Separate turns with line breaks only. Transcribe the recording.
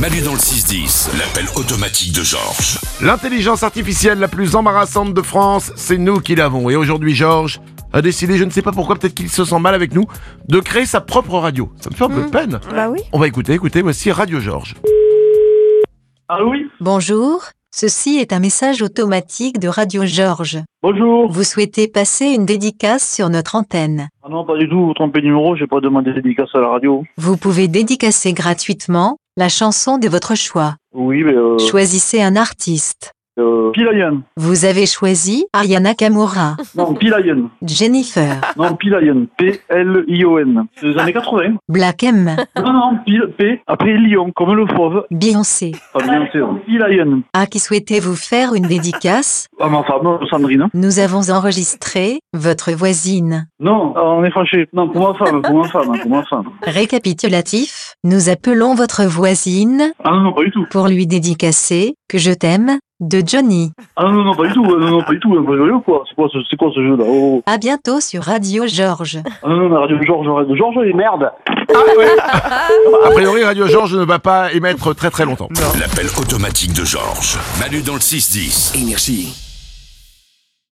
Manu dans le 6-10, l'appel automatique de Georges.
L'intelligence artificielle la plus embarrassante de France, c'est nous qui l'avons. Et aujourd'hui, Georges a décidé, je ne sais pas pourquoi, peut-être qu'il se sent mal avec nous, de créer sa propre radio. Ça me fait un peu de peine.
Bah oui.
On va écouter, écoutez, voici Radio Georges.
Ah oui,
Bonjour, ceci est un message automatique de Radio Georges.
bonjour.
Vous souhaitez passer une dédicace sur notre antenne.
Ah non, pas du tout, vous trompez de numéro, j'ai pas demandé dédicace à la radio.
Vous pouvez dédicacer gratuitement la chanson de votre choix.
Oui, mais euh,
Choisissez un artiste.
euh, Pilayen.
Vous avez choisi Ariana Kamura,
Non, Pilayen.
Jennifer,
Non, Pilayen. P-L-I-O-N. C'est des années 80.
Black M,
Non, non, Pil- P, après Lyon, comme le fauve.
Beyoncé.
Pas bien, c'est hein. Pilayen.
À qui souhaitez-vous faire une dédicace
À Ah, ma femme, euh, Sandrine.
Nous avons enregistré votre voisine.
Non, ah, on est fâchés. Non, pour ma femme, pour ma femme, pour ma femme.
Récapitulatif, nous appelons votre voisine
Ah non, non, pas du tout.
pour lui dédicacer Que je t'aime de Johnny.
Ah non, non, pas du tout. Ah Non, non, pas du tout. Pas sérieux, quoi. C'est quoi, ce- c'est quoi ce jeu-là oh.
À bientôt sur Radio Georges.
Ah non, non, la radio de Georges, la radio de Georges, elle est merde.
A priori, Radio Georges ne va pas émettre très très longtemps.
L'appel automatique de Georges. Manu dans le 6-10.
Énergie.